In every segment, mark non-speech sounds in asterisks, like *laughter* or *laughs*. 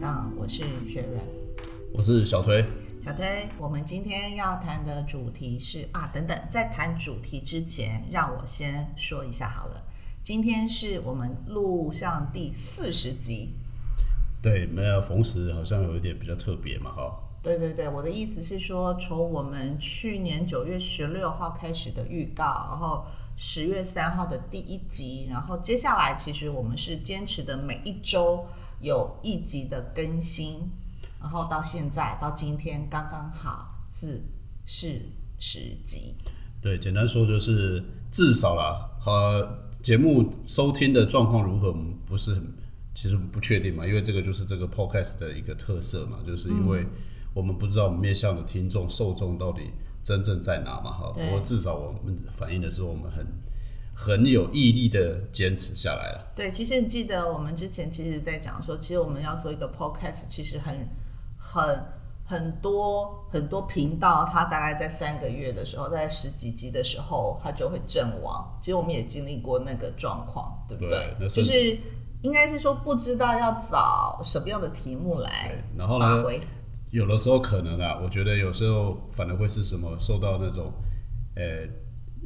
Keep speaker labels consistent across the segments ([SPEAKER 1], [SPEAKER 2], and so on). [SPEAKER 1] 道，我是雪人。
[SPEAKER 2] 我是小崔。
[SPEAKER 1] 小推，我们今天要谈的主题是啊，等等，在谈主题之前，让我先说一下好了。今天是我们录上第四十集，
[SPEAKER 2] 对，没有逢时好像有一点比较特别嘛，哈。
[SPEAKER 1] 对对对，我的意思是说，从我们去年九月十六号开始的预告，然后十月三号的第一集，然后接下来其实我们是坚持的每一周有一集的更新，然后到现在到今天刚刚好是是十集，
[SPEAKER 2] 对，简单说就是至少啦，呃，节目收听的状况如何，我们不是很其实不确定嘛，因为这个就是这个 podcast 的一个特色嘛，就是因为我们不知道我们面向的听众受众到底真正在哪嘛，哈。
[SPEAKER 1] 对
[SPEAKER 2] 不过至少我们反映的是我们很很有毅力的坚持下来了。
[SPEAKER 1] 对，其实你记得我们之前其实在讲说，其实我们要做一个 podcast，其实很很很多很多频道，它大概在三个月的时候，在十几集的时候，它就会阵亡。其实我们也经历过那个状况，对不
[SPEAKER 2] 对那
[SPEAKER 1] 就
[SPEAKER 2] 甚至
[SPEAKER 1] 是应该是说不知道要找什么样的题目来
[SPEAKER 2] 对，然后
[SPEAKER 1] 发
[SPEAKER 2] 呢，
[SPEAKER 1] 挥。
[SPEAKER 2] 有的时候可能啊，我觉得有时候反而会是什么受到那种，呃，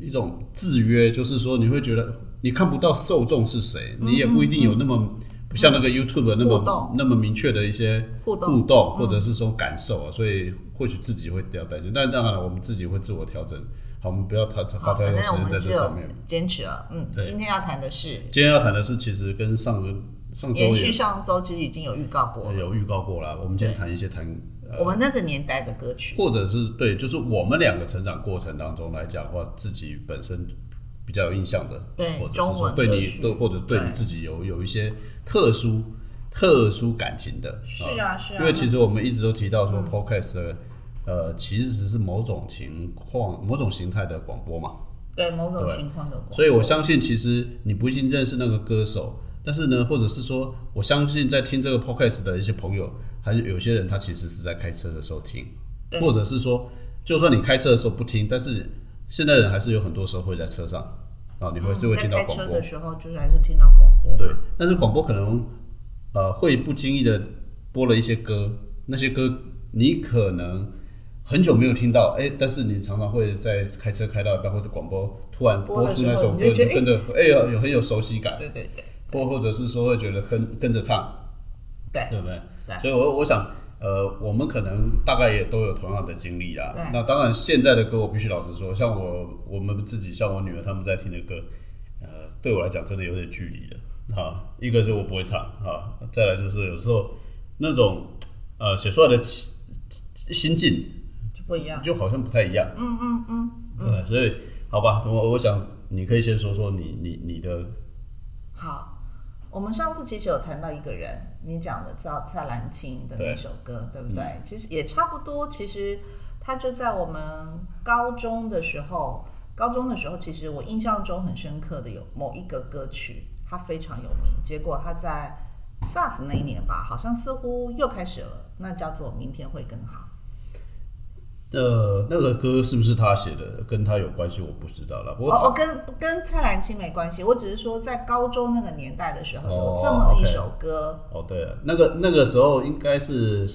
[SPEAKER 2] 一种制约，就是说你会觉得你看不到受众是谁，
[SPEAKER 1] 嗯
[SPEAKER 2] 你也不一定有那么不像那个 YouTube 那
[SPEAKER 1] 互动
[SPEAKER 2] 么那么明确的一些
[SPEAKER 1] 互动嗯
[SPEAKER 2] 或者是说感受啊，所以或许自己会掉担心，但当然了，我们自己会自我调整。好，我们不要太花
[SPEAKER 1] 好，
[SPEAKER 2] 太
[SPEAKER 1] 反
[SPEAKER 2] 多时
[SPEAKER 1] 正我
[SPEAKER 2] 间
[SPEAKER 1] 们
[SPEAKER 2] 在
[SPEAKER 1] 只
[SPEAKER 2] 这
[SPEAKER 1] 有
[SPEAKER 2] 上面。
[SPEAKER 1] 坚持了。嗯，
[SPEAKER 2] 对
[SPEAKER 1] 今天要谈的是
[SPEAKER 2] 今天要谈的是，其实跟上个上周
[SPEAKER 1] 延
[SPEAKER 2] 也
[SPEAKER 1] 续上周其实已经有预告过了，
[SPEAKER 2] 有预告过了，我们今天谈一些谈呃
[SPEAKER 1] 我们那个年代的歌曲。
[SPEAKER 2] 或者是对，就是我们两个成长过程当中来讲的话，自己本身比较有印象的，
[SPEAKER 1] 对
[SPEAKER 2] 或者是
[SPEAKER 1] 中
[SPEAKER 2] 说
[SPEAKER 1] 文
[SPEAKER 2] 对
[SPEAKER 1] 歌
[SPEAKER 2] 你
[SPEAKER 1] 曲
[SPEAKER 2] 对或者对
[SPEAKER 1] 对
[SPEAKER 2] 你自己有有一些特殊特殊感情的，
[SPEAKER 1] 是啊，是啊，
[SPEAKER 2] 呃
[SPEAKER 1] 嗯
[SPEAKER 2] 因为其实我们一直都提到说 podcast 的、呃，其实是某种情况、某种形态的广播嘛，
[SPEAKER 1] 对某种
[SPEAKER 2] 对
[SPEAKER 1] 情况的广
[SPEAKER 2] 所以我相信，其实你不一定认识那个歌手，但是呢，或者是说，我相信在听这个 podcast 的一些朋友，还有有些人他其实是在开车的时候听，
[SPEAKER 1] 对
[SPEAKER 2] 或者是说，就算你开车的时候不听，但是现在人还是有很多时候会在车上啊，你还是会听到
[SPEAKER 1] 嗯在开
[SPEAKER 2] 广
[SPEAKER 1] 车
[SPEAKER 2] 播
[SPEAKER 1] 的，时候，就是还是听到广播。
[SPEAKER 2] 对，但是广播可能呃会不经意的播了一些歌，那些歌你可能。很久没有听到，哎、但是你常常会在开车开到一半，或者广播突然
[SPEAKER 1] 播
[SPEAKER 2] 播
[SPEAKER 1] 的
[SPEAKER 2] 出
[SPEAKER 1] 时候
[SPEAKER 2] 那首歌，
[SPEAKER 1] 你就
[SPEAKER 2] 你
[SPEAKER 1] 觉
[SPEAKER 2] 就
[SPEAKER 1] 得
[SPEAKER 2] 跟着，哎、有有很有熟悉感。
[SPEAKER 1] 对对对
[SPEAKER 2] 或或者是说会觉得跟跟着唱，
[SPEAKER 1] 对
[SPEAKER 2] 对不对？
[SPEAKER 1] 对
[SPEAKER 2] 所以我我想，呃，我们可能大概也都有同样的经历啦
[SPEAKER 1] 对。
[SPEAKER 2] 那当然，现在的歌我必须老实说，像我我们自己，像我女儿他们在听的歌，呃，对我来讲真的有点距离了。哈，一个是我不会唱啊，再来就是有时候那种呃写出来的气心境
[SPEAKER 1] 就不一样。
[SPEAKER 2] 就好像不太一样。
[SPEAKER 1] 嗯嗯嗯，
[SPEAKER 2] 对，所以好吧，我我想你可以先说说你你你的
[SPEAKER 1] 好。我们上次其实有谈到一个人，你讲的叫蔡澜清的那
[SPEAKER 2] 对嗯
[SPEAKER 1] 首歌，对不对？其实也差不多，其实他就在我们高中的时候，高中的时候，其实我印象中很深刻的有某一个歌曲，它非常有名，结果它在 SARS 那一年吧，好像似乎又开始了，那叫做《明天会更好》。
[SPEAKER 2] 呃，那个歌是不是他写的？跟他有关系，我不知道了。不过
[SPEAKER 1] 哦，
[SPEAKER 2] 他、
[SPEAKER 1] 我跟跟蔡澜清没关系，我只是说在高中那个年代的时候，
[SPEAKER 2] 哦
[SPEAKER 1] 有这么一首歌，
[SPEAKER 2] 哦，对了，那个那个时候应该是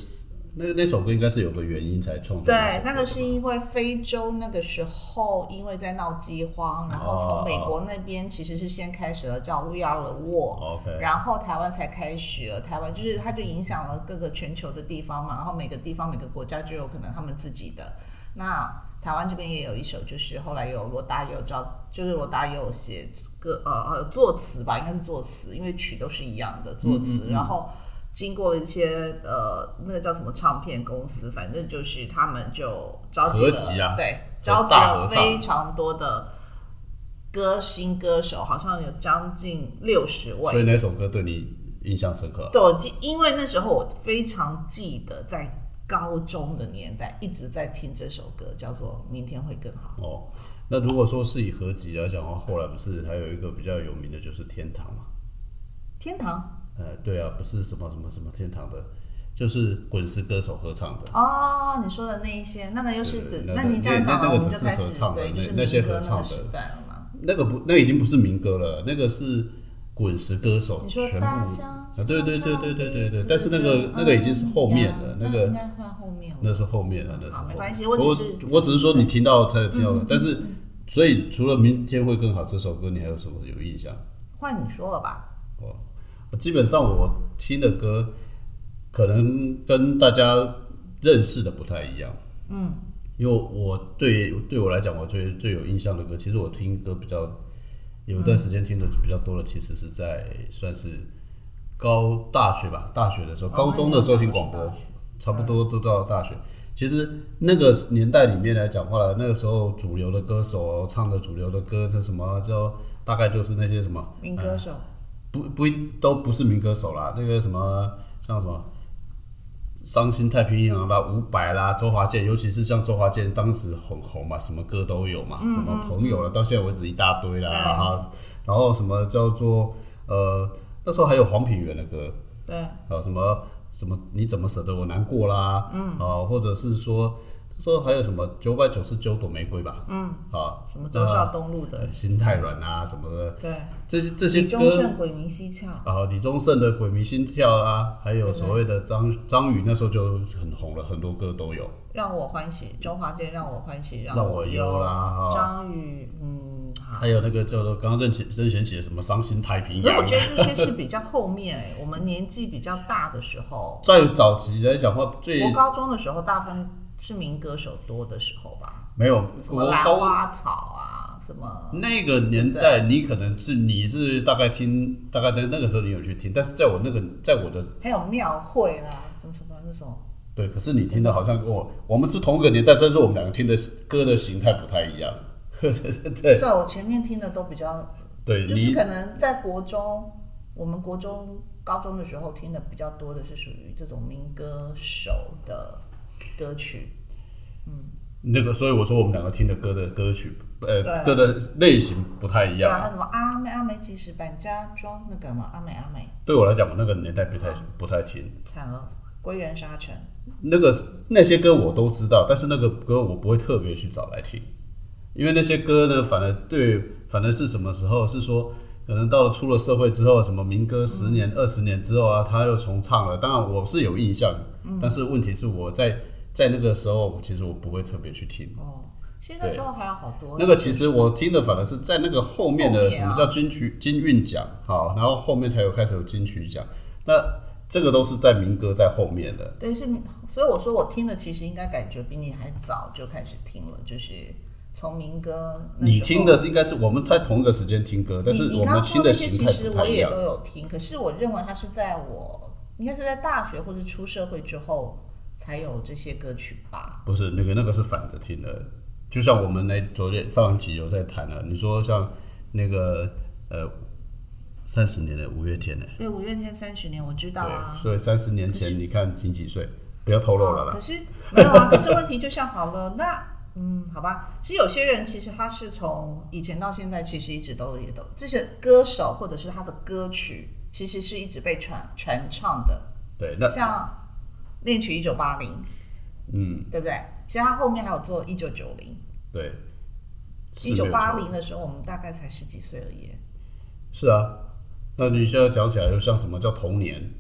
[SPEAKER 2] 那那首歌应该是有个原因才创作首歌
[SPEAKER 1] 对
[SPEAKER 2] 的，吧。
[SPEAKER 1] 那个是因为非洲那个时候因为在闹饥荒，然后从美国那边其实是先开始了叫 We Are the World。
[SPEAKER 2] OK，
[SPEAKER 1] 然后台湾才开始了，台湾就是它就影响了各个全球的地方嘛，然后每个地方每个国家就有可能他们自己的。那台湾这边也有一首，就是后来有罗大佑叫，就是罗大佑写歌呃呃作词吧，应该是作词，因为曲都是一样的作词，
[SPEAKER 2] 嗯
[SPEAKER 1] 然后。经过了一些呃，那个叫什么唱片公司，反正就是他们就召集
[SPEAKER 2] 合
[SPEAKER 1] 了，
[SPEAKER 2] 集啊
[SPEAKER 1] 对，召
[SPEAKER 2] 叫
[SPEAKER 1] 集
[SPEAKER 2] 大
[SPEAKER 1] 了
[SPEAKER 2] 合唱
[SPEAKER 1] 非常多的歌新歌手，好像有将近六十位，
[SPEAKER 2] 所以那首歌对你印象深刻。
[SPEAKER 1] 对，我记，因为那时候我非常记得，在高中的年代一直在听这首歌，叫做《明天会更好
[SPEAKER 2] 哦，那如果说是以合集来讲的话，后来不是还有一个比较有名的就是《天堂》嘛？》。
[SPEAKER 1] 天堂
[SPEAKER 2] 呃，对啊，不是什么什么什么天堂的，就是滚石歌手合唱的。
[SPEAKER 1] 哦，你说的那一些，那个又是
[SPEAKER 2] 对
[SPEAKER 1] 对
[SPEAKER 2] 对
[SPEAKER 1] 那
[SPEAKER 2] 那
[SPEAKER 1] 你这样讲了，
[SPEAKER 2] 那那
[SPEAKER 1] 我们
[SPEAKER 2] 个只
[SPEAKER 1] 就是开
[SPEAKER 2] 合
[SPEAKER 1] 始
[SPEAKER 2] 唱的
[SPEAKER 1] 对，就是
[SPEAKER 2] 那那些
[SPEAKER 1] 民歌
[SPEAKER 2] 合
[SPEAKER 1] 那
[SPEAKER 2] 唱
[SPEAKER 1] 个
[SPEAKER 2] 的
[SPEAKER 1] 时代了嘛。
[SPEAKER 2] 那个不，那已经不是民歌了，那个是滚石歌手
[SPEAKER 1] 你说
[SPEAKER 2] 全
[SPEAKER 1] 大
[SPEAKER 2] 部
[SPEAKER 1] 象
[SPEAKER 2] 啊，对对对对对对对，但是那
[SPEAKER 1] 嗯
[SPEAKER 2] 个那个已经是后面
[SPEAKER 1] 呀
[SPEAKER 2] 了，那
[SPEAKER 1] 嗯
[SPEAKER 2] 个
[SPEAKER 1] 应该换后面了。
[SPEAKER 2] 那是后面了，那是
[SPEAKER 1] 好
[SPEAKER 2] 后面
[SPEAKER 1] 没关系我
[SPEAKER 2] 我
[SPEAKER 1] 只是嗯
[SPEAKER 2] 我只是说你听到才有听到的，但是所以除了明天会更好这首歌，你还有什么有印象？
[SPEAKER 1] 换你说了吧，
[SPEAKER 2] 哦，基本上我听的歌可能跟大家认识的不太一样。嗯，因为我对对我来讲，我最最有印象的歌，其实我听歌比较有一段时间听的比较多的，其实是在算是高大学吧，大学的时候，
[SPEAKER 1] 哦
[SPEAKER 2] 高中的时候听广播，嗯差不多都到大学。其实那个年代里面来讲话了，那个时候主流的歌手唱的主流的歌，这什么啊叫大概就是那些什么
[SPEAKER 1] 民歌
[SPEAKER 2] 啊
[SPEAKER 1] 手
[SPEAKER 2] 不不一都不是民歌手啦，那个什么像什么伤心太平洋啦、伍佰啦、周华健，尤其是像周华健当时很红嘛，什么歌都有嘛，什么朋友了，到现在为止一大堆
[SPEAKER 1] 嗯
[SPEAKER 2] 啦
[SPEAKER 1] 对
[SPEAKER 2] 哈，然后什么叫做呃那时候还有黄品源的歌，
[SPEAKER 1] 对，
[SPEAKER 2] 啊，什么什么你怎么舍得我难过啦，嗯，啊，或者是说那时候还有什么九百九十九朵玫瑰吧，嗯，啊，
[SPEAKER 1] 什么周
[SPEAKER 2] 呃
[SPEAKER 1] 少东路的，
[SPEAKER 2] 心太软啊什么的，
[SPEAKER 1] 对，
[SPEAKER 2] 这些这些
[SPEAKER 1] 李宗
[SPEAKER 2] 歌。
[SPEAKER 1] 盛鬼迷心窍，
[SPEAKER 2] 啊，李宗盛的《鬼迷心跳》啊，还有所谓的张张宇，那时候就很红了，很多歌都有。
[SPEAKER 1] 让我欢喜，周华健让我欢喜，
[SPEAKER 2] 让我
[SPEAKER 1] 我
[SPEAKER 2] 忧啦啊
[SPEAKER 1] 张宇，嗯，好。
[SPEAKER 2] 还有那个叫做刚刚任贤任贤齐的什么《伤心太平
[SPEAKER 1] 所以
[SPEAKER 2] 洋
[SPEAKER 1] 我》觉得这些是比较后面、哎，我们年纪比较大的时
[SPEAKER 2] *laughs*
[SPEAKER 1] 候，
[SPEAKER 2] 再早期来讲话，最
[SPEAKER 1] 我高中的时候大部分是民歌手多的时候吧，
[SPEAKER 2] 没有
[SPEAKER 1] 什么
[SPEAKER 2] 国
[SPEAKER 1] 兰
[SPEAKER 2] 高
[SPEAKER 1] 花草啊，什么
[SPEAKER 2] 那个年代，你可能是你是大概听，大概在那个时候你有去听，但是在我那个在我的
[SPEAKER 1] 还有庙会啦，什么什么那种，
[SPEAKER 2] 对，可是你听的好像跟我我们是同一个年代，但是我们两个听的歌的形态不太一样。 *laughs* 对
[SPEAKER 1] 对我前面听的都比较，
[SPEAKER 2] 对，
[SPEAKER 1] 就是
[SPEAKER 2] 你
[SPEAKER 1] 可能在国中，我们国中、高中的时候听的比较多的是属于这种民歌手的歌曲，
[SPEAKER 2] 那个，所以我说我们两个听的歌的歌曲，呃，
[SPEAKER 1] 对
[SPEAKER 2] 歌的类型不太一
[SPEAKER 1] 对啊，
[SPEAKER 2] 样。
[SPEAKER 1] 那什么阿妹阿妹即使搬家装那个嘛，阿妹阿妹
[SPEAKER 2] 对我来讲，我那个年代不太不太听。
[SPEAKER 1] 惨了，归园沙城，
[SPEAKER 2] 那个那些歌我都知道，但是那个歌我不会特别去找来听，因为那些歌呢，反而对，反而是什么时候是说，可能到了出了社会之后，什么民歌十
[SPEAKER 1] 嗯
[SPEAKER 2] 年、二十、年之后啊，他又重唱了。当然我是有印象，
[SPEAKER 1] 嗯
[SPEAKER 2] 但是问题是我在在那个时候，其实我不会特别去听。
[SPEAKER 1] 哦，其实那时候还有好多
[SPEAKER 2] 嗯那个其实我听的反而是在那个后面
[SPEAKER 1] 后
[SPEAKER 2] 的
[SPEAKER 1] 面
[SPEAKER 2] 什
[SPEAKER 1] 啊
[SPEAKER 2] 么叫金曲金韵奖，好，然后后面才有开始有金曲奖。那这个都是在民歌在后面的，
[SPEAKER 1] 对，是，所以我说我听的其实应该感觉比你还早就开始听了，就是从民歌那时候。
[SPEAKER 2] 你听的是应该是我们在同一个时间听歌，但是
[SPEAKER 1] 你
[SPEAKER 2] 我们听的
[SPEAKER 1] 你
[SPEAKER 2] 形
[SPEAKER 1] 刚刚说那
[SPEAKER 2] 态
[SPEAKER 1] 些其实
[SPEAKER 2] 不
[SPEAKER 1] 我
[SPEAKER 2] 太一
[SPEAKER 1] 也
[SPEAKER 2] 样
[SPEAKER 1] 都。有听，可是我认为它是在我应该是在大学或者出社会之后才有这些歌曲吧。
[SPEAKER 2] 不是那个那个是反着听的，就像我们那昨天上一集有在谈啊了、你说像那个呃三十年的五月天呢、
[SPEAKER 1] 对，五月天三十年，我知道啊
[SPEAKER 2] 对，。所以三十年前你看你几岁？不要透露了
[SPEAKER 1] 啊
[SPEAKER 2] 啦
[SPEAKER 1] 可。是没有啊，可是问题就像好了，那嗯，好吧，其实有些人其实他是从以前到现在，其实一直都也都这些歌手或者是他的歌曲，其实是一直被传传唱的，
[SPEAKER 2] 对，那
[SPEAKER 1] 像《恋曲一九八零》，
[SPEAKER 2] 嗯
[SPEAKER 1] 对不对？其实他后面还有做一九九零、
[SPEAKER 2] 对，
[SPEAKER 1] 一
[SPEAKER 2] 是
[SPEAKER 1] 九
[SPEAKER 2] 没有
[SPEAKER 1] 八
[SPEAKER 2] 错
[SPEAKER 1] 零的时候，我们大概才十几岁而已。
[SPEAKER 2] 是啊，那你现在讲起来，又像什么叫童年？